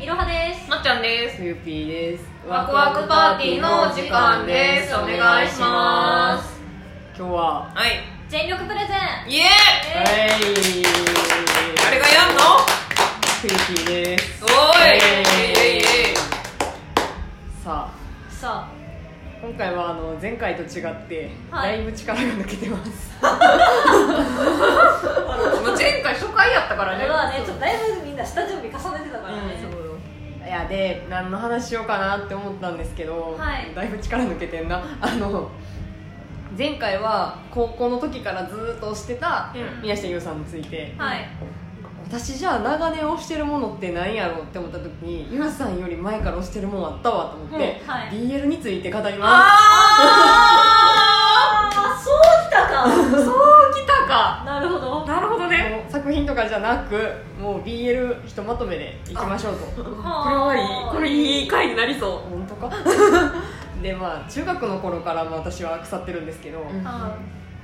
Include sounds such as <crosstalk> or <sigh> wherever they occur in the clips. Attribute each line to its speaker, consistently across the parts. Speaker 1: いろはです
Speaker 2: まっちゃんです
Speaker 3: ゆうぴーです
Speaker 2: ワクワクパーティーのお時間ですお願いします
Speaker 3: 今日は
Speaker 2: はい
Speaker 1: 全力プレゼン
Speaker 2: イエーイ
Speaker 1: えー
Speaker 3: い
Speaker 2: あれがやんの
Speaker 3: ゆうぴーです
Speaker 2: おーい
Speaker 3: え
Speaker 2: イエーイ
Speaker 3: い
Speaker 2: イエーイ
Speaker 3: さ
Speaker 1: さ
Speaker 3: あ今回はあの前回と違って
Speaker 1: は
Speaker 3: だ
Speaker 1: い
Speaker 3: いぶ力が抜けてます、
Speaker 2: もう前回初回やったか
Speaker 1: あ
Speaker 2: ら
Speaker 1: あ
Speaker 2: ね
Speaker 1: れはねちょっとだいぶみんな下準備重ねてたからね、
Speaker 2: うん
Speaker 1: そう
Speaker 3: い、やで何の話しようかなって思ったんですけど、
Speaker 1: はい
Speaker 3: だいぶ力抜けてんなあの前回は高校の時からずーっと推してた
Speaker 2: うん
Speaker 3: 宮下優さんについて、
Speaker 1: はい
Speaker 3: 私じゃあ長年推してるものって何やろうって思った時にゆらさんより前から推してるものあったわと思って、
Speaker 1: うんはい
Speaker 3: BL について語りま
Speaker 2: あ
Speaker 1: あそうきたか
Speaker 3: すそうきたか
Speaker 1: なるほど
Speaker 2: なるほどね
Speaker 3: もう作品とかじゃなくもう BL ひとまとめでいきましょうと
Speaker 1: <laughs>
Speaker 2: これはいいこれいい回になりそ
Speaker 3: 本当か <laughs> でまあ中学の頃からまあ私は腐ってるんですけど、
Speaker 2: うん
Speaker 1: あ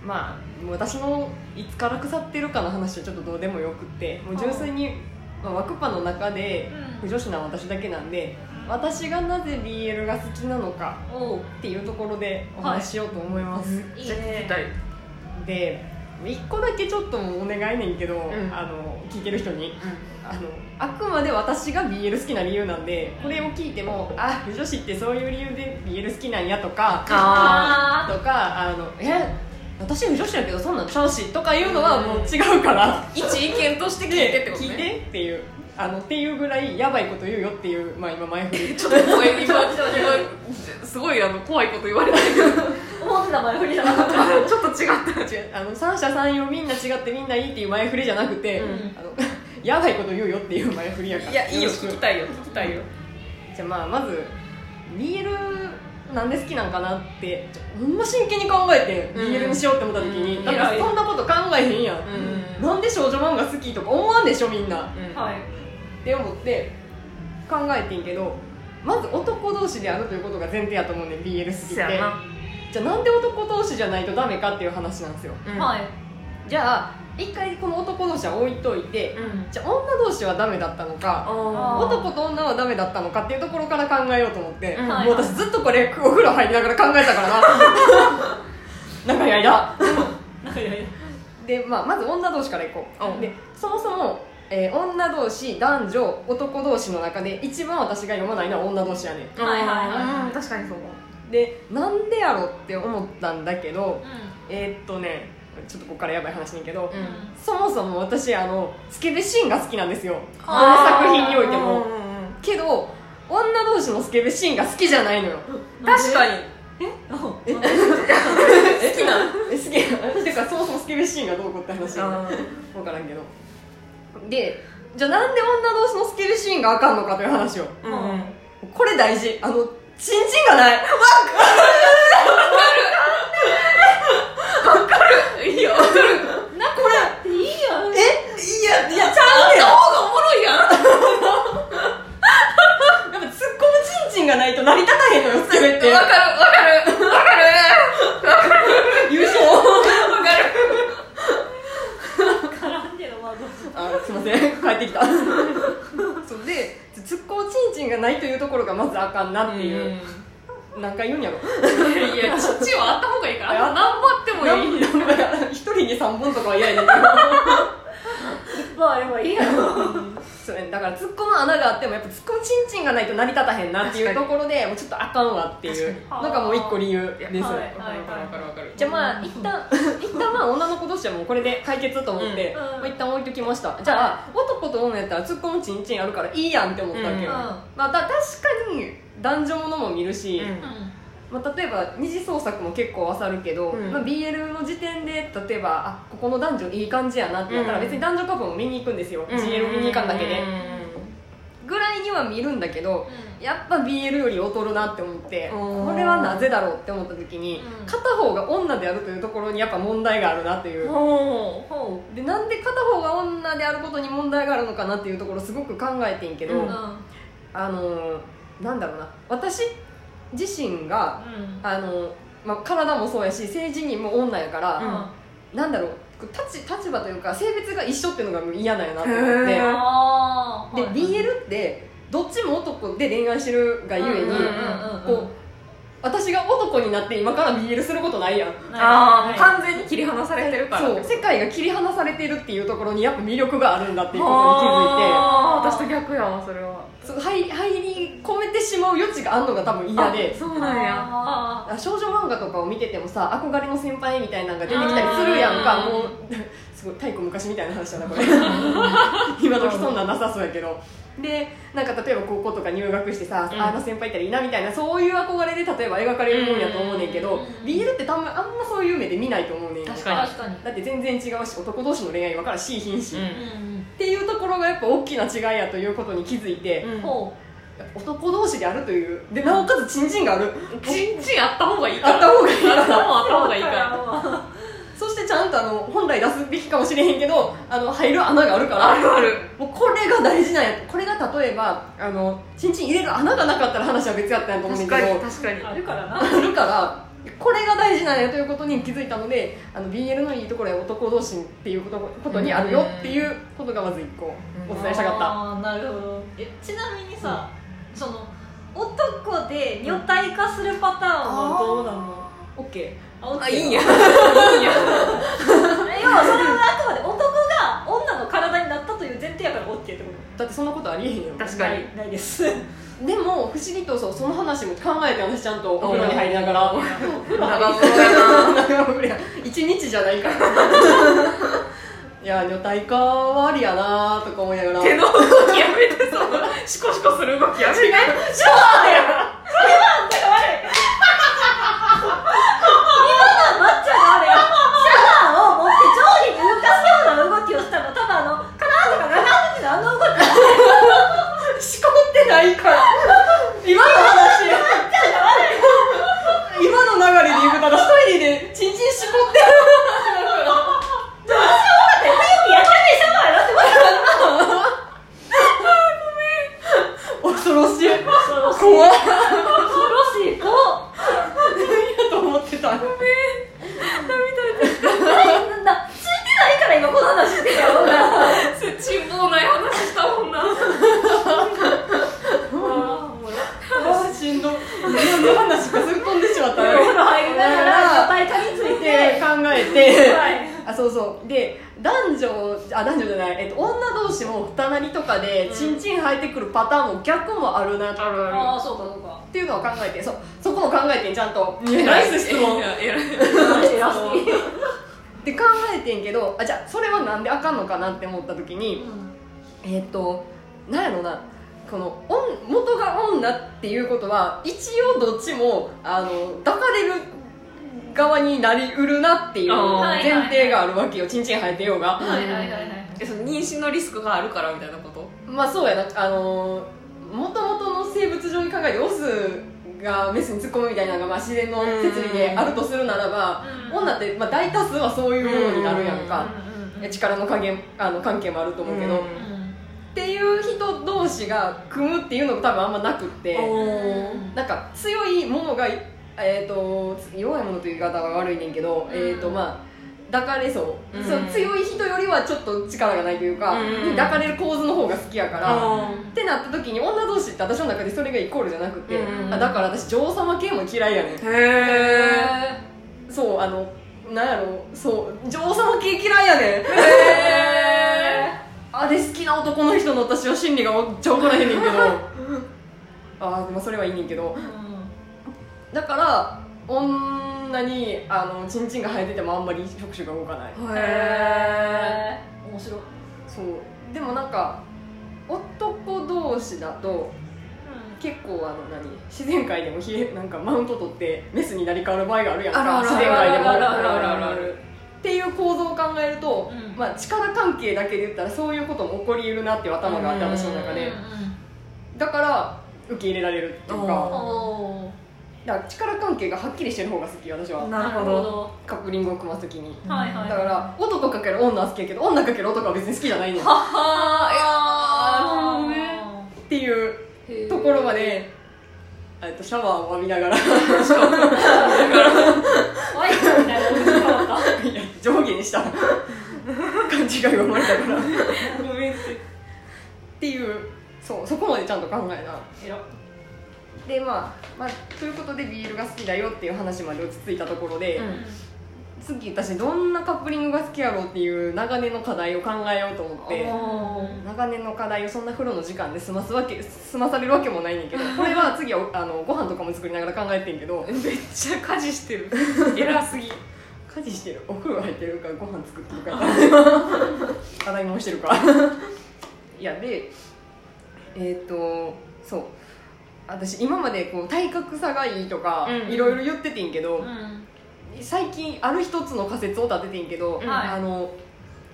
Speaker 3: まあもう私のいつから腐ってるかの話はちょっとどうでもよくってもう純粋に、まあ、ワクパの中で
Speaker 1: う
Speaker 3: 不
Speaker 1: ん
Speaker 3: 女子な私だけなんで私がなぜ BL が好きなのか
Speaker 1: おう
Speaker 3: っていうところでお話ししようと思います、
Speaker 2: う
Speaker 1: いいね
Speaker 2: たい
Speaker 3: で1個だけちょっとお願いねんけど、
Speaker 2: ん
Speaker 3: あの聞いてる人にあのあくまで私が BL 好きな理由なんでこれを聞いてもあ女子ってそういう理由で BL 好きなんやとか
Speaker 2: あ
Speaker 1: あ
Speaker 3: とかあのえ私女子だけどそんなんちゃうしとかいうのはもう違うから、
Speaker 2: ー一意見として聞いてってこと
Speaker 3: 聞い
Speaker 2: ね
Speaker 3: てっていうあのっていうぐらいやばいこと言うよっていうまあ今前振
Speaker 2: <laughs>
Speaker 3: り
Speaker 2: ちょっと怖い今今すごいあの怖いこと言われたけど
Speaker 1: ー思ってた前振りじゃなかった
Speaker 2: ちょっと違った
Speaker 3: 違うあの三者三様みんな違ってみんないいっていう前振りじゃなくて、
Speaker 2: うん
Speaker 3: あの <laughs> やばいこと言うよっていう前振りやから
Speaker 2: いやいいよ
Speaker 3: ろしく
Speaker 2: 聞きたいよ聞きたいよ
Speaker 3: じゃあまあまず BL なんで好きなんかなってちょほんま真剣に考えて
Speaker 2: うん
Speaker 3: BL にしようって思った時に、
Speaker 2: うん
Speaker 3: だってそんなこと考えへんやん、
Speaker 2: うん
Speaker 3: なんで少女漫画好きとか思わんでしょみんな、
Speaker 2: うん
Speaker 1: はい
Speaker 3: って思って考えてんけどまず男同士であるということが前提やと思うねん BL 好きって
Speaker 2: そ
Speaker 3: じ
Speaker 2: や
Speaker 3: ゃ
Speaker 2: な
Speaker 3: あなんで男同士じゃないとダメかっていう話なんですよ
Speaker 1: はいい
Speaker 3: じゃあ一回この男同士は置いといて、
Speaker 2: うん
Speaker 3: じゃあ女同士はダメだったのか
Speaker 1: あー
Speaker 3: 男と女はダメだったのかっていうところから考えようと思って、
Speaker 2: うん
Speaker 3: もう私ずっとこれお風呂入りながら考えたからな長い間で、まあ、まず女同士からいこう、
Speaker 2: うん
Speaker 3: でそもそも、えー女同士男女男同士の中で一番私が読まないのは女同士やねん
Speaker 1: はいはいはい
Speaker 2: うん確かにそう
Speaker 3: でなんでやろって思ったんだけど
Speaker 1: う
Speaker 3: えーっとねちょっとここからやばい話ねんけど、
Speaker 2: うん
Speaker 1: ん
Speaker 3: そもそも私あのスケベシーンが好きなんですよどの
Speaker 1: あー
Speaker 3: 作品において
Speaker 2: う
Speaker 3: も
Speaker 2: んうんうん
Speaker 3: けど女同士のスケベシーンが好きじゃないのよ
Speaker 2: 確かに
Speaker 1: に
Speaker 3: 好きな好き <laughs> なてかそもそもスケベシーンがどうこうって話分からんけどでじゃあなんで女同士のスケベシーンがあかんのかという話を
Speaker 2: うんうんわ
Speaker 3: これ大事あのチンチンがない
Speaker 2: かるいいよわかる
Speaker 1: なこれいいやん
Speaker 3: えいやいやち
Speaker 2: あ
Speaker 3: ゃう
Speaker 2: っ
Speaker 3: ね
Speaker 2: た方がおもろいやん
Speaker 3: <laughs> んやっぱツッコむチンチンがないと成り立たへんのよスケベって
Speaker 2: わかるわかるわか
Speaker 3: 優勝
Speaker 2: るわかる
Speaker 1: 絡んでるワード
Speaker 3: あすいません帰って <laughs> きたそうでツッコむチンチンがないというところがまずあかんなっていう、何回言うんやろ
Speaker 2: いや父はあった方がいいから
Speaker 3: あ
Speaker 2: 頑張ってもいい
Speaker 3: 一人に3本とかは嫌やねんけ
Speaker 1: まあやっぱいいやん
Speaker 3: どそうやねだから突っ込む穴があってもやっぱ突っ込むチンチンがないと成り立たへんなっていうところでもうちょっとあかんわっていう
Speaker 2: 確
Speaker 1: かに
Speaker 3: のがもう一個理由です、
Speaker 1: はいはい
Speaker 2: わかるわかるわかるわかる
Speaker 3: じゃあまあ一旦 <laughs> 一旦まあ女の子同士はもうこれで解決と思って、
Speaker 1: うんうん
Speaker 3: まあ、一旦置いときましたじゃあ男と女やったら突っ込むチンチンあるからいいやんって思ったわけよ、
Speaker 2: うん
Speaker 3: まあ、た確かに男女ものも見るし、
Speaker 2: うん
Speaker 3: まあ、例えば二次創作も結構あさるけど、
Speaker 2: うん
Speaker 3: まあ、BL の時点で例えばあここの男女いい感じやなってなったら
Speaker 2: うん
Speaker 3: 別に男女カップも見に行くんですよ、
Speaker 2: うん
Speaker 3: GL 見に行かんだけで、
Speaker 2: うん
Speaker 3: ぐらいには見るんだけど
Speaker 1: う
Speaker 3: やっぱ BL より劣るなって思って
Speaker 2: うん
Speaker 3: これはなぜだろうって思った時に、
Speaker 1: うん
Speaker 3: 片方が女であるというところにやっぱ問題があるなっていううん
Speaker 2: お
Speaker 1: んほ
Speaker 3: でなんで片方が女であることに問題があるのかなっていうところすごく考えてんけど、
Speaker 2: う
Speaker 1: ううん
Speaker 3: あのーなんだろうな私自身が
Speaker 1: ん
Speaker 3: あの、まあ、体もそうやし性自認も女やから、
Speaker 2: ん
Speaker 3: なんだろう立ち立場というか性別が一緒っていうのがもう嫌なんやなと
Speaker 2: へ
Speaker 3: 思
Speaker 2: ー
Speaker 3: っ
Speaker 1: ああ
Speaker 3: てで BL ってどっちも男で恋愛してるがゆえに、
Speaker 2: うんうんうん
Speaker 3: こう私が男になって今から BL することないやん
Speaker 2: ああ
Speaker 1: あ
Speaker 2: 完全に切り離されてるから
Speaker 3: そう世界が切り離されているっていうところにやっぱ魅力があるんだっていうことに気づいて
Speaker 2: あー
Speaker 1: 気づいて
Speaker 2: 私と逆やわそれは
Speaker 3: そう入り入り込めてしまう余地があるのが多分嫌で
Speaker 2: そうなんや
Speaker 1: あ
Speaker 3: あ少女漫画とかを見ててもさ憧れの先輩みたいなのが出てきたりするやんか
Speaker 2: うん
Speaker 3: もう <laughs> すごい太古昔みたいな話だなこれ今時そんなんなさそうやけどでなんか例えば高校とか入学してさ、
Speaker 2: うん
Speaker 3: あの先輩いたらいいなみたいなそういう憧れで例えば描かれるもんやと思うねんけど、
Speaker 1: うん
Speaker 3: BL ってたんまあんまそういう目で見ないと思うねんよ
Speaker 2: 確
Speaker 1: ー
Speaker 2: かに
Speaker 1: 確かに
Speaker 3: だって全然違うし男同士の恋愛分からんしひんし、
Speaker 2: う
Speaker 3: っ
Speaker 2: ん
Speaker 1: う
Speaker 3: ていうところがやっぱ大きな違いやということに気づいて、
Speaker 1: んほ
Speaker 3: 男同士であるというでなおかつチンチンがある
Speaker 2: ちんちんあった方がいいか
Speaker 3: あ
Speaker 2: ら
Speaker 3: った方がいい
Speaker 2: あった方あ
Speaker 1: う
Speaker 2: った方がいいから
Speaker 1: ら
Speaker 3: そしてちゃんとあの本来出すべきかもしれへんけどあの入る穴があるから
Speaker 2: あるある
Speaker 3: もうこれが大事なんやこれが例えばあのチンチン入れる穴がなかったら話は別やったんやと思うね
Speaker 2: 確
Speaker 3: ん
Speaker 2: か
Speaker 3: だけ
Speaker 2: に
Speaker 3: ど
Speaker 2: 確かに
Speaker 1: あるからな
Speaker 3: あるからこれが大事なんやということに気づいたのであの BL のいいところは男同士っていうことことにあるよっていうことがまず一個
Speaker 2: うん
Speaker 3: お伝えしたかった
Speaker 1: あーなるほどえちなみにさ、その男で女体化するパターンはどうなの
Speaker 3: OK
Speaker 1: あ OK
Speaker 3: あいいんや
Speaker 2: いいや
Speaker 1: 要はそれはあくまで男が女の体になったという前提やから OK ってこ
Speaker 3: だってそんなことありえへんよ
Speaker 2: 確
Speaker 1: と
Speaker 2: かに
Speaker 1: ないないです
Speaker 3: でも不思議とそうその話も考えて私ちゃんとお風呂に入りながら
Speaker 2: 長風呂やな
Speaker 3: 一日じゃないから <laughs> いや女体化はありやなとか思いながら
Speaker 2: 手の動きやめてそのシコシコする動きやめて
Speaker 1: ただ抹茶があれシャワーを持って上下に動かすような動きをしたの多分あのカラーとか長い時のあの動き
Speaker 3: 仕込んでないから今の話今の流れで言うと私トイレでチンチン仕込んで
Speaker 1: やったでしょやろって
Speaker 3: る恐ろしい
Speaker 1: 恐ろしい
Speaker 3: 怖い
Speaker 1: 恐ろしい怖
Speaker 3: と思ってた
Speaker 1: なんだついてないから今この話してたよな
Speaker 2: ちんぼうない話したもんな
Speaker 3: あーしんどい今の話がすっ飛んでしまったよ
Speaker 1: お風呂入りながら女体化につい
Speaker 3: で
Speaker 1: て
Speaker 3: 考えて
Speaker 1: はい
Speaker 3: あそうそうで男女あ男女じゃない、えっと、女同士も二なりとかで
Speaker 2: うん
Speaker 3: チンチン生えてくるパターンも逆もあるなっ
Speaker 2: あるあ
Speaker 1: ああそうかそうか
Speaker 3: ていうのを考えてそそこも考えてんちゃんと
Speaker 2: る
Speaker 3: ナイス質問
Speaker 2: いや偉い
Speaker 1: 偉すぎ
Speaker 3: って考えてんけどあじゃあそれはなんであかんのかなって思った時にえっとなんやろなこのおん元が女っていうことは一応どっちもあの抱かれる側になりうるなっていう
Speaker 2: あ
Speaker 1: ー
Speaker 3: 前提があるわけよチンチン生えてようが。
Speaker 1: はいはいはいはい
Speaker 2: えその妊娠のリスクがあるからみたいなこと
Speaker 3: まあそうやなあのもともとの生物上に考えてオスがメスに突っ込むみたいなのがまあ自然の設理であるとするならば、女ってまあ大多数はそういうようになるやんか、いや力の加減あの関係もあると思うけど、
Speaker 2: うん
Speaker 3: っていう人同士が組むっていうのが多分あんまなくって
Speaker 2: お
Speaker 1: ー
Speaker 3: なんか強いものが、えー、と弱いものという言い方は悪いねんけど、
Speaker 1: うん
Speaker 3: えーとまあ抱かれそう、
Speaker 2: うん
Speaker 3: その強い人よりはちょっと力がないというか、
Speaker 2: うん
Speaker 3: 抱かれる構図の方が好きやから、
Speaker 2: あ
Speaker 3: ってなった時に女同士って私の中でそれがイコールじゃなくて、
Speaker 2: うん
Speaker 3: あだから私女王様系も嫌いやね
Speaker 2: ーへえ
Speaker 3: んそうあのなんやろうそう女王様系嫌いやねんあで好きな男の人の私は心理がめっちゃ分からへんねんけ
Speaker 2: <laughs>
Speaker 3: どあーでもそれはいいねんけどだから女にあのチンチンが生えててもあんまり触手が動かない
Speaker 2: へ
Speaker 1: え面白い
Speaker 3: そうでもなんか男同士だと結構あの何自然界でもひえなんかマウント取ってメスになり変わる場合があるやんか
Speaker 2: あるある
Speaker 3: 自然界でも
Speaker 1: あるあるあ
Speaker 2: るあるある
Speaker 3: っていう構造を考えると、
Speaker 1: うん
Speaker 3: まあ、力関係だけで言ったらそういうことも起こりうるなっていう頭があって
Speaker 2: うん
Speaker 3: 私の中
Speaker 1: うん
Speaker 3: で
Speaker 1: うん
Speaker 3: だから受け入れられるっていう
Speaker 2: お
Speaker 3: か
Speaker 2: ー
Speaker 1: おー
Speaker 3: だから力関係がはっきりしてる方が好き私は
Speaker 2: なるほど
Speaker 3: カップリングを組ます時に
Speaker 1: はいはい
Speaker 3: だから男かける女は好きやけど女かける男は別に好きじゃないのっ
Speaker 2: あーいや
Speaker 3: ていう
Speaker 1: へー
Speaker 3: ところまでえっとシャワーを浴びな
Speaker 2: <laughs>
Speaker 3: がら
Speaker 1: ワインみたいなのが変わった
Speaker 3: いや上下に <laughs> した勘違いが生まれたから
Speaker 2: ーごめんって
Speaker 3: っていうそうそこまでちゃんと考えな
Speaker 1: えら
Speaker 3: でまあ、まあ、ということでビールが好きだよっていう話まで落ち着いたところで、
Speaker 2: うん
Speaker 3: 次私どんなカップリングが好きやろうっていう長年の課題を考えようと思って
Speaker 1: おー
Speaker 3: 長年の課題をそんな風呂の時間で済ますわけ済まされるわけもないねん
Speaker 2: <laughs>
Speaker 3: けどこれは次はあのご飯とかも作りながら考えてんけど
Speaker 2: めっちゃ家事して
Speaker 3: <laughs>
Speaker 2: る偉すぎ
Speaker 3: 家事してるお風呂入ってるかご飯作ってるか
Speaker 2: <laughs>
Speaker 3: 洗い物してるかいやでえっ、とそう私今までこう体格差がいいとか
Speaker 2: うん
Speaker 3: いろいろ言っててんけど、
Speaker 1: ん
Speaker 3: 最近ある一つの仮説を立ててんけど、
Speaker 2: うん
Speaker 3: あの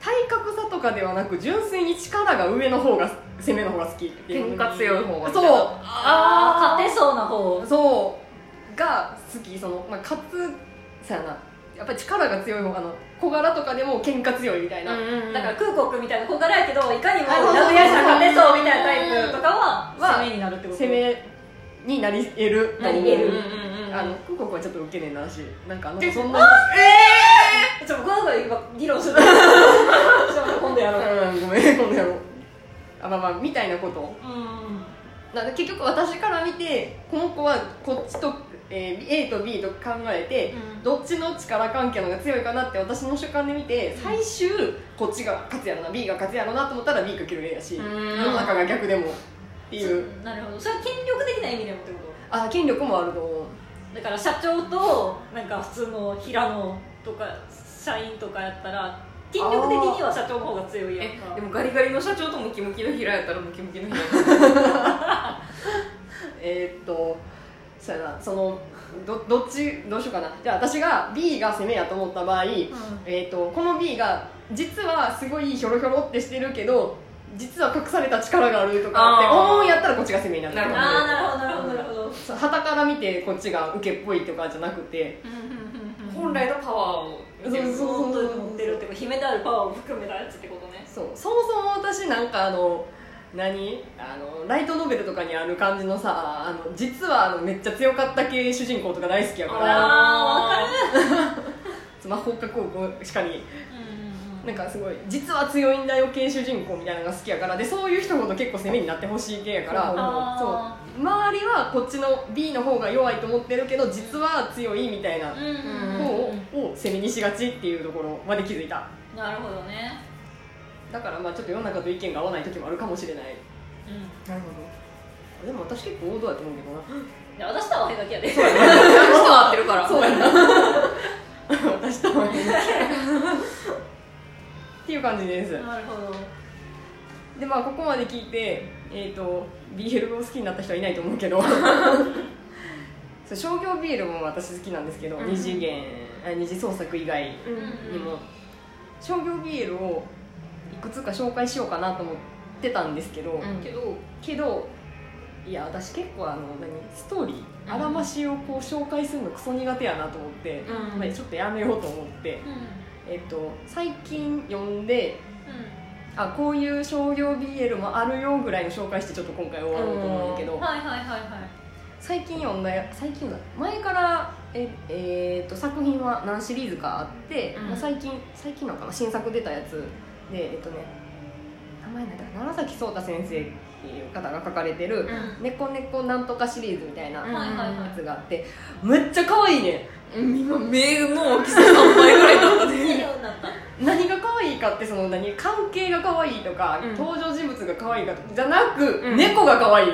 Speaker 3: 体格差とかではなく純粋に力が上の方が攻めの方が好きってい
Speaker 2: 喧
Speaker 3: う
Speaker 2: 嘩強い方が
Speaker 3: そう
Speaker 1: ああ
Speaker 2: ー
Speaker 1: 勝てそうな方
Speaker 3: そうが好きその、まあ、勝つさやなやっぱり力が強い方あの小柄とかでも喧嘩強いみたいな、
Speaker 2: うんうん
Speaker 1: だから空国みたいな小柄やけどいかにも
Speaker 3: あそうそう
Speaker 1: ラブヤシャ勝てそうみたいなタイプとかは
Speaker 3: は
Speaker 1: 攻めになるってこと
Speaker 3: 攻めになり得ると思う
Speaker 1: なり得
Speaker 2: うん
Speaker 1: る
Speaker 2: うんうん
Speaker 3: あの空国はちょっとウケねえなしなんかあの
Speaker 2: え
Speaker 3: そんなに
Speaker 1: ちょっと今回今議論するちょっと今度やろう
Speaker 3: うんごめん今度やろうあまあまあみたいなこと
Speaker 1: うん
Speaker 3: なんで結局私から見てこの子はこっちと、えー A と B と考えて、
Speaker 1: うん
Speaker 3: どっちの力関係のが強いかなって私の主観で見て最終こっちが勝つやろな B が勝つやろなと思ったら B かける A やし
Speaker 2: う
Speaker 3: 世
Speaker 2: ん
Speaker 3: の中が逆でもっていう
Speaker 1: なるほどそれは権力的な意味でもってこと
Speaker 3: あ権力もあると思う
Speaker 1: だから社長となんか普通の平野とか社員とかやったら権力的には社長の方が強いやん
Speaker 2: え
Speaker 1: か
Speaker 2: でもガリガリの社長とムキムキの平やったらムキムキの平
Speaker 3: えーっとそうやなそのどどっちどうしようかなじゃあ私が B が攻めやと思った場合、
Speaker 1: う
Speaker 3: えー、とこの B が実はすごいひょろひょろってしてるけど実は隠された力があるとかって
Speaker 2: あー
Speaker 3: 思うんやったらこっちが攻めになって
Speaker 2: なる
Speaker 1: ん、
Speaker 2: ほ
Speaker 1: ああなるほどなるほどなるほど
Speaker 3: そう旗から見てこっちが受けっぽいとかじゃなくて
Speaker 2: 本来のパワーを
Speaker 3: そうそうそう
Speaker 1: 本当に持ってるってこと姫であるパワーを含めたやつってことね
Speaker 3: そうそもそも私なんかあの何あのライトノベルとかにある感じのさあの実はあのめっちゃ強かった系主人公とか大好きやから
Speaker 1: あ
Speaker 2: あ
Speaker 3: 魔法科高校しかに
Speaker 1: うん
Speaker 3: なんかすごい実は強いんだよ系主人公みたいなのが好きやからでそういう人ほど結構攻めになってほしい系やから
Speaker 1: あー
Speaker 3: そう周りはこっちの B の方が弱いと思ってるけど実は強いみたいな
Speaker 1: うんうん
Speaker 3: 方を,、を攻めにしがちっていうところまで気づいた
Speaker 1: なるほどね
Speaker 3: だからまあちょっと世の中と意見が合わない時もあるかもしれない
Speaker 1: うん
Speaker 3: なるほどでも私結構王道やと思うけどな
Speaker 1: いや私とはわへだけやで
Speaker 2: あ人は合ってるから
Speaker 3: そうやな <laughs> 私とはっていう感じです、
Speaker 1: なるほど
Speaker 3: でまあここまで聞いて、えー、と BL を好きになった人はいないと思う
Speaker 2: <laughs>
Speaker 3: けどそう商業 BL も私好きなんですけど、
Speaker 2: うん
Speaker 3: 二次元あ二次創作以外に
Speaker 2: うん
Speaker 3: も、商業 BL をいくつか紹介しようかなと思ってたんですけど、
Speaker 2: うん
Speaker 1: けど
Speaker 3: けどいや私結構あの何ストーリーあらましをこう紹介するのクソ苦手やなと思って、
Speaker 2: うん
Speaker 3: まあちょっとやめようと思って、
Speaker 1: うん
Speaker 3: えっと最近読んであこういう商業 BL もあるよぐらいの紹介してちょっと今回終わろうと思うんだけど、
Speaker 1: うんはいはいはいはい
Speaker 3: 最近読んだや最近だ前からえ、えーっと作品は何シリーズかあって、
Speaker 2: うん
Speaker 3: まあ、最近最近なのかな新作出たやつでえっとね名前なんだ奈良崎壮太先生っていう方が書かれてる「猫猫なんとか」シリーズみたいな
Speaker 2: うん
Speaker 3: や
Speaker 1: はいはいはい
Speaker 3: つがあって、めっちゃ可愛いね
Speaker 2: うん今目の大きさ3倍ぐらいだった
Speaker 1: 綺麗に
Speaker 2: ね
Speaker 1: なった
Speaker 3: 何が可愛いかってその何関係が可愛いとか、
Speaker 2: うん
Speaker 3: 登場人物が可愛いかじゃなく、
Speaker 2: うん
Speaker 3: 猫が可愛い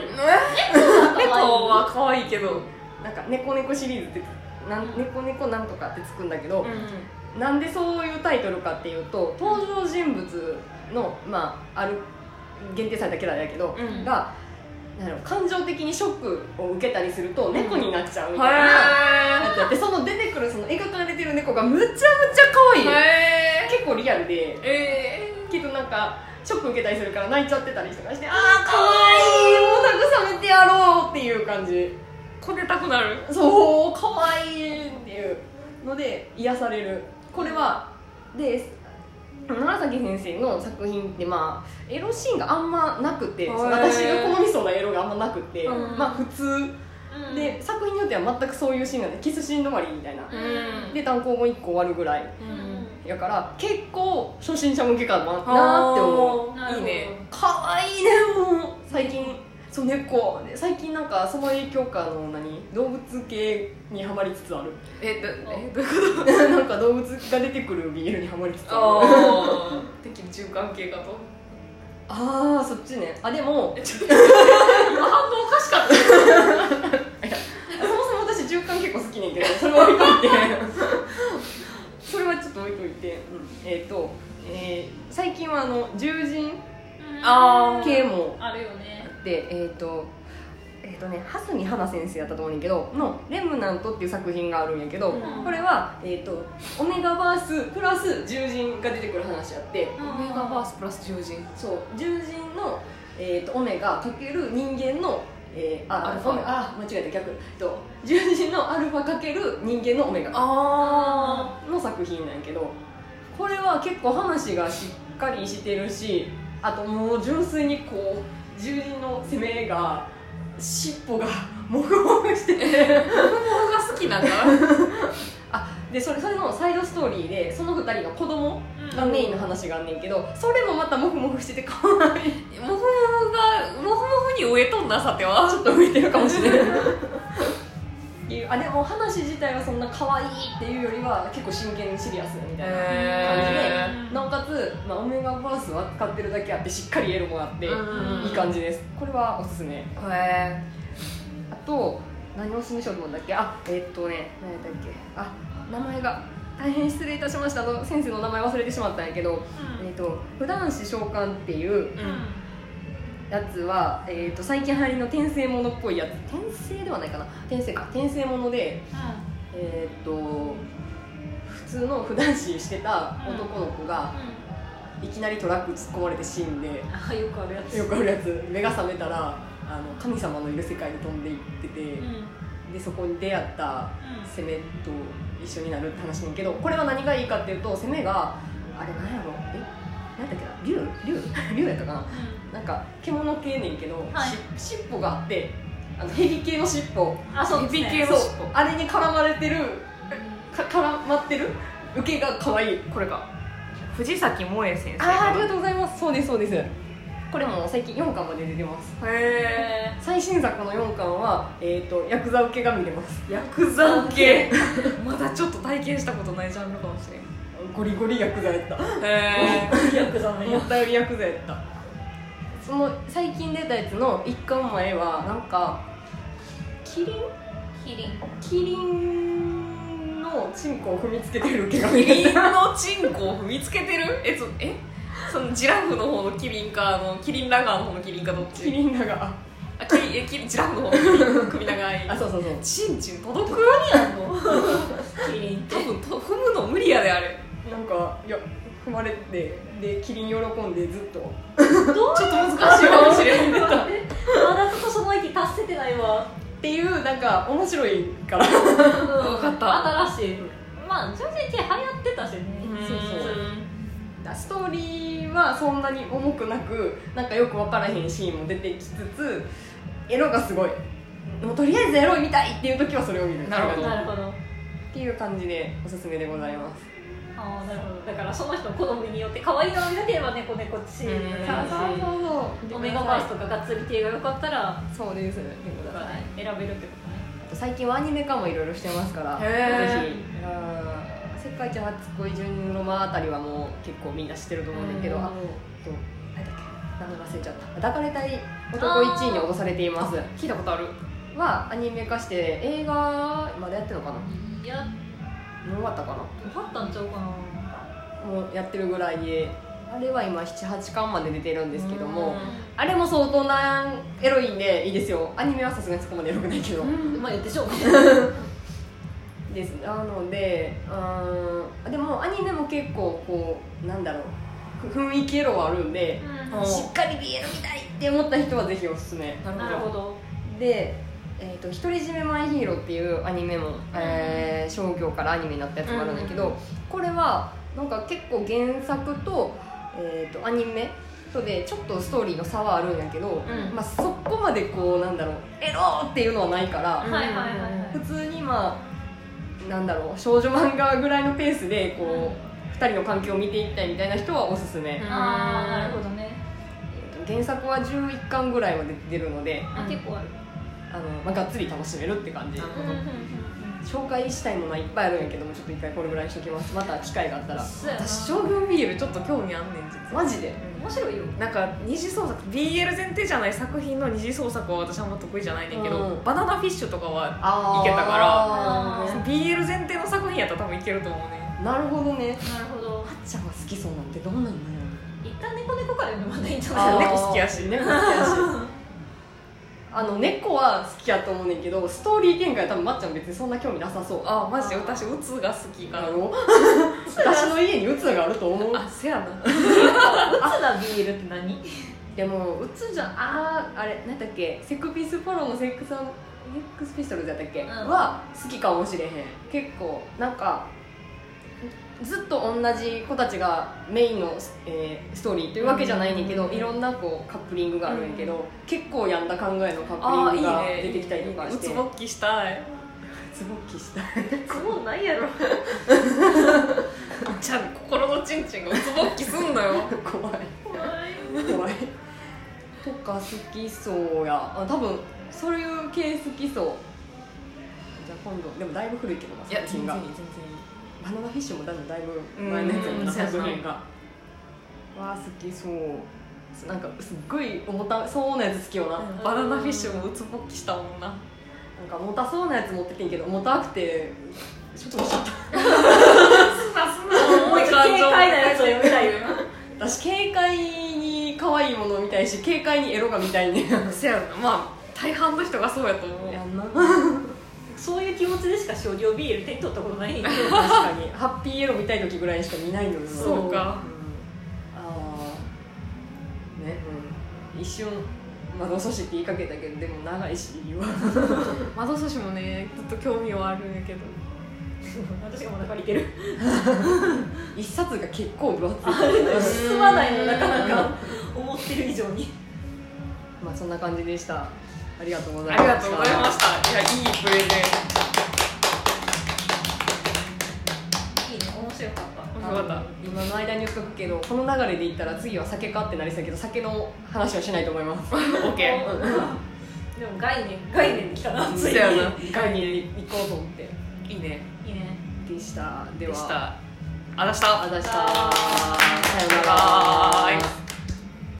Speaker 2: 猫は可愛いけど
Speaker 3: なんか「猫猫」シリーズって「なん
Speaker 1: うん
Speaker 3: 猫猫なんとか」ってつくんだけど、なんでそういうタイトルかっていうと登場人物の、まあ、ある限定されたキャラだけど、
Speaker 2: うん
Speaker 3: がなんやろ感情的にショックを受けたりすると猫になっちゃうみたいな、
Speaker 2: は
Speaker 3: やつやってその出てくるその描かれてる猫がむちゃむちゃ可愛い、
Speaker 2: いへ
Speaker 3: 結構リアルで
Speaker 2: ええ
Speaker 3: けどなんかショック受けたりするから泣いちゃってたりとかしてああかわいいもう慰めてやろうっていう感じ
Speaker 2: これたくなる
Speaker 3: そう可愛いっていうので癒されるこれはで楢崎先生の作品ってまあエロシーンがあんまなくて
Speaker 2: へー
Speaker 3: 私が好みそうなエロがあんまなくて、
Speaker 2: うん
Speaker 3: まあ普通
Speaker 1: うん
Speaker 3: で作品によっては全くそういうシーンなんでキスシーン止まりみたいな、
Speaker 2: ん
Speaker 3: で単行本1個終わるぐらい
Speaker 1: うん
Speaker 3: やから結構初心者向けかななって思う
Speaker 1: なるほど
Speaker 2: いいね
Speaker 3: 可愛いねもう最近そう猫で最近なんかその影響かの何動物系にはまりつつあ <laughs> る
Speaker 2: えどえどういう
Speaker 3: なんか動物が出てくる BL にはまりつつある
Speaker 2: ああ敵中間系かと
Speaker 3: ああそっちねあでも
Speaker 2: えちょっと今反応おかしかった
Speaker 3: そもそも私中間結構好きね <laughs> んけどそれは置いといてそれはちょっと置いといて、うんえっ、と、えー最近はあの獣人
Speaker 2: あー
Speaker 3: 系も
Speaker 1: あるよね
Speaker 3: でえっ、とえっ、とね蓮見花先生やったと思うねんだけどの「レムナント」っていう作品があるんやけど、
Speaker 1: うん
Speaker 3: これは、えっとオメガバースプラス獣人が出てくる話やって
Speaker 1: うん
Speaker 2: オメガバースプラス獣人
Speaker 3: そう獣人の、えー、とオメガかける人間の、えー、あ
Speaker 2: アルファ
Speaker 3: オメあ間違えた逆、えっと、獣人のアルファかける人間のオメガ
Speaker 2: あ
Speaker 3: の作品なんやけどこれは結構話がしっかりしてるしあともう純粋にこう獣人の攻めが尻尾がもぐも
Speaker 2: <laughs>
Speaker 3: ぐしてて
Speaker 2: あが好きなんだ
Speaker 3: でそれそれのサイドストーリーでその2人が子供がメインの話があんねんけどそれもまたもふもふしてて可愛い
Speaker 2: モフモフがモフモフに植えとんなさては
Speaker 3: ちょっと浮いてるかもしれないって <laughs> いうあでも話自体はそんな可愛いっていうよりは結構真剣にシリアスみたいな、
Speaker 2: へ
Speaker 1: ー
Speaker 3: なおかつ、まあ、オメガバースは使ってるだけあってしっかりエロもあって、
Speaker 2: うん
Speaker 3: いい感じですこれはおすすめ
Speaker 2: ーへ
Speaker 3: あと何をおすすめしようと思うんだっけあえーっとね何やったっけあ名前が大変失礼いたしましたあの先生の名前忘れてしまったんやけど、えーっと普段子召喚っていう
Speaker 2: ーうん
Speaker 3: やつは、えー、と最近流行りの転生ものっぽいやつ転生ではないかな転生か転生ものでえーっ、と普通の普段子してた男の子がいきなりトラック突っ込まれて死んで
Speaker 1: あよくあるやつ
Speaker 3: よくあるやつ目が覚めたらあの神様のいる世界に飛んでいってて
Speaker 1: うんうん
Speaker 3: でそこに出会った攻めと一緒になるって話なんやけどこれは何がいいかっていうと攻めがあれ何やろえ何だっけな竜 <laughs> 竜竜やったかななんか獣系ねんけど、
Speaker 1: はい
Speaker 3: し尻尾があってあの蛇系の尻尾
Speaker 1: あそうですね
Speaker 2: 蛇系の
Speaker 3: そう
Speaker 2: 尻尾
Speaker 3: あれに絡まれてるか絡まってる受けが可愛いこれが
Speaker 2: 藤崎萌え先生
Speaker 3: あありがとうございますそうですそうですこれも最近4巻まで出てます
Speaker 2: うへえ
Speaker 1: え
Speaker 3: 最新作の4巻は、えー、とヤクザ受けが見れます
Speaker 2: ヤクザ系まだちょっと体験したことないジャンルかもしれん
Speaker 3: <laughs> ゴリゴリヤクザやった
Speaker 2: へ
Speaker 1: ー、よくだね
Speaker 3: 思ったよりヤクザやったその最近出たやつの1巻前はなんかキリン
Speaker 1: キリン
Speaker 3: キリンのチンコを踏みつけてる毛が
Speaker 2: キ
Speaker 3: 見え
Speaker 2: リン
Speaker 3: た
Speaker 2: のチンコを踏みつけてるえそえそのジラフの方のキリンかあのキリンラガーの方のキリンかどっ
Speaker 3: キ
Speaker 2: ち
Speaker 3: リンだが
Speaker 2: あキリンえキリンジラフの方のキリン首長い
Speaker 3: <laughs> あそうそうそう
Speaker 2: チンチン届く
Speaker 1: キリンって
Speaker 2: 多分と踏むの無理やであれ
Speaker 3: なんかいや踏まれてでキリン喜んでずっと
Speaker 1: どう
Speaker 2: ちょっと難しいかもしれん
Speaker 1: まだちょっとその域達せてないわ
Speaker 3: っていうなんか面白いから
Speaker 1: 分
Speaker 2: かった
Speaker 1: 新しいまあ正直流行ってたしね
Speaker 3: そうストーリーはそんなに重くなくなんかよく分からへんシーンも出てきつつエロがすごいもうとりあえずエロいみたいっていう時はそれを見る
Speaker 2: なるほど
Speaker 3: っ
Speaker 1: なるほど
Speaker 3: ていう感じでおすすめでございます
Speaker 1: ああなるほどだからその人の好みによって可愛いのを見なければ猫猫ってシーン
Speaker 2: う
Speaker 1: に
Speaker 2: ん
Speaker 1: なる
Speaker 2: そう
Speaker 1: し
Speaker 3: そう
Speaker 1: オメガバースとかがっつり系が良かったら
Speaker 3: そうです見てください
Speaker 1: 選べるってことね
Speaker 3: あと最近はアニメ化もいろいろしてますからぜ
Speaker 2: へー
Speaker 3: ひあー世界一初恋順の間あたりはもう結構みんな知ってると思うんだけど
Speaker 2: うん
Speaker 3: あと何だっけ名前忘れちゃった抱かれたい男1位に落とされています
Speaker 2: 聞いたことある
Speaker 3: はアニメ化して映画まだやってるのかなも
Speaker 1: いや
Speaker 3: う終わったかな
Speaker 1: 分かったんちゃうかな
Speaker 3: もうやってるぐらいであれは今78巻まで出てるんですけど
Speaker 2: う
Speaker 3: も
Speaker 2: ん
Speaker 3: あれも相当なエロいんでいいですよアニメはさすがにそこまでエロくないけど
Speaker 1: まあ言ってしょうか
Speaker 3: ですなのでうーんでもアニメも結構こうなんだろう雰囲気エロはあるんで
Speaker 1: <laughs>
Speaker 2: うん
Speaker 3: しっかり BL みたいって思った人はぜひおすすめ
Speaker 1: なるほど
Speaker 3: でえーと「独り占めマイヒーロー」っていうアニメも、えー商業からアニメになったやつがあるんだけど、
Speaker 2: うん
Speaker 3: これはなんか結構原作と,、えーとアニメとでちょっとストーリーの差はあるんやけど、
Speaker 2: うん
Speaker 3: まあ、そこまでこうなんだろうエローっていうのはないから、
Speaker 1: はいはいはいはい
Speaker 3: 普通にまあなんだろう少女漫画ぐらいのペースでこう、2人の関係を見ていきたいみたいな人はおすすめ、
Speaker 2: うん
Speaker 1: ああなるほどね
Speaker 3: えーと原作は11巻ぐらいまで出てるので
Speaker 1: あ結構ある
Speaker 3: あの、まあ、がっつり楽しめるって感じ
Speaker 2: なるほ
Speaker 1: うん
Speaker 2: ど
Speaker 1: うんうん
Speaker 3: 紹介したいものはいっぱいあるんやけどもちょっと一回これぐらいにしときますまた機会があったら
Speaker 1: そうやな
Speaker 2: 私将軍 BL ちょっと興味あんねん実は
Speaker 3: マジで
Speaker 1: 面白いよ
Speaker 2: なんか二次創作 BL 前提じゃない作品の二次創作は私はあんま得意じゃないねんけど、
Speaker 3: うん
Speaker 2: バナナフィッシュとかは
Speaker 3: あ
Speaker 2: ーいけたからその BL 前提の作品やったら多分いけると思うね
Speaker 3: なるほどね
Speaker 1: なるほど
Speaker 3: あっちゃんが好きそうなんてどんなんなんや
Speaker 1: 一旦猫猫から読めばないんじゃ
Speaker 2: あ
Speaker 1: ない
Speaker 2: ー
Speaker 1: で
Speaker 2: 猫好きやし
Speaker 3: 猫好きやしあの猫は好きやと思うねんけどストーリー展開は多分まっちゃん別にそんな興味なさそう
Speaker 2: あマジで私うつが好きか
Speaker 3: あ
Speaker 2: ら
Speaker 3: の私の家にうつがあると思う
Speaker 2: あせやな
Speaker 1: かアスナ BL って何
Speaker 3: でもうつじゃあーあれなんだっけセクピスフォローのセックスアンセックスピストルズやったっけ、
Speaker 1: ん
Speaker 3: は好きかもしれへん結構なんかずっと同じ子たちがメインの、えーストーリーというわけじゃないねんけど、
Speaker 2: うん
Speaker 3: いろんなこうカップリングがあるんやけど、結構やんだ考えのカッ
Speaker 2: あ
Speaker 3: プ
Speaker 2: ー
Speaker 3: リング
Speaker 2: い
Speaker 3: が
Speaker 2: いね
Speaker 3: 出てきたりとか
Speaker 2: う
Speaker 3: して
Speaker 2: つぼっきしたい
Speaker 3: つぼっきした
Speaker 1: そうなんやろ
Speaker 2: あっちゃん心のチンチンがうつぼっきすんだ
Speaker 3: <laughs>
Speaker 2: よ
Speaker 3: 怖い
Speaker 1: 怖い
Speaker 3: 怖いとか好きそうやあ多分そういう系好きそうじゃあ今度でもだいぶ古いけどない
Speaker 2: や
Speaker 3: 作
Speaker 2: 全然
Speaker 3: 品が
Speaker 2: いい全然いい
Speaker 3: バナナフィッシュもだいぶだいぶ前のやつやもん
Speaker 2: うん
Speaker 3: な
Speaker 2: そうやな
Speaker 3: 作品がわあ好きそうなんかすっごい重たそうなやつ好きよな、なん
Speaker 2: バナナフィッシュもうつぼっきしたもんな
Speaker 3: か重たそうなやつ持っててんけど重たくてちょっと見ちゃった
Speaker 2: すなすな重い感情
Speaker 1: 軽快なやつを読みたいよ
Speaker 3: 私軽快に可愛いものを見たいし軽快にエロが見
Speaker 2: <laughs>
Speaker 3: たいね
Speaker 2: せやろなまあ大半の人がそうやと思う
Speaker 3: やんな
Speaker 1: そういう気持ちでしか少量 BL 手に取ったことないねんけど
Speaker 3: 確かにハッピーエロ見たい時ぐらいにしか見ないのよ
Speaker 2: そうか
Speaker 3: ああーねうん一瞬窓そしって言いかけたけどでも長いしいいわ
Speaker 2: 窓寿司もねずっと興味はあるんやけど
Speaker 1: 私がもう中にいてる
Speaker 3: <laughs> 一冊が結構分厚い
Speaker 1: 進まないのなかなか思ってる以上に
Speaker 3: まあそんな感じでしたありがとうござ
Speaker 2: あ
Speaker 3: いま
Speaker 2: り
Speaker 3: した
Speaker 2: がとうございましたいやいいプレゼン
Speaker 1: いいね面白かった
Speaker 2: 面白かっ
Speaker 3: 今の間に言っとくけどこの流れでいったら次は酒かってなりそうやけど酒の話はしないと思いま
Speaker 2: <laughs>
Speaker 3: す
Speaker 2: た OK
Speaker 1: でも概念概念できたなつい
Speaker 2: そう
Speaker 1: に
Speaker 2: やな
Speaker 3: 外に行こうと思って
Speaker 2: いいね
Speaker 1: いいね
Speaker 3: でしたで
Speaker 2: で
Speaker 3: は
Speaker 2: したあだした
Speaker 3: あざした
Speaker 1: あ
Speaker 3: さような
Speaker 2: バイバ
Speaker 3: ら
Speaker 2: イ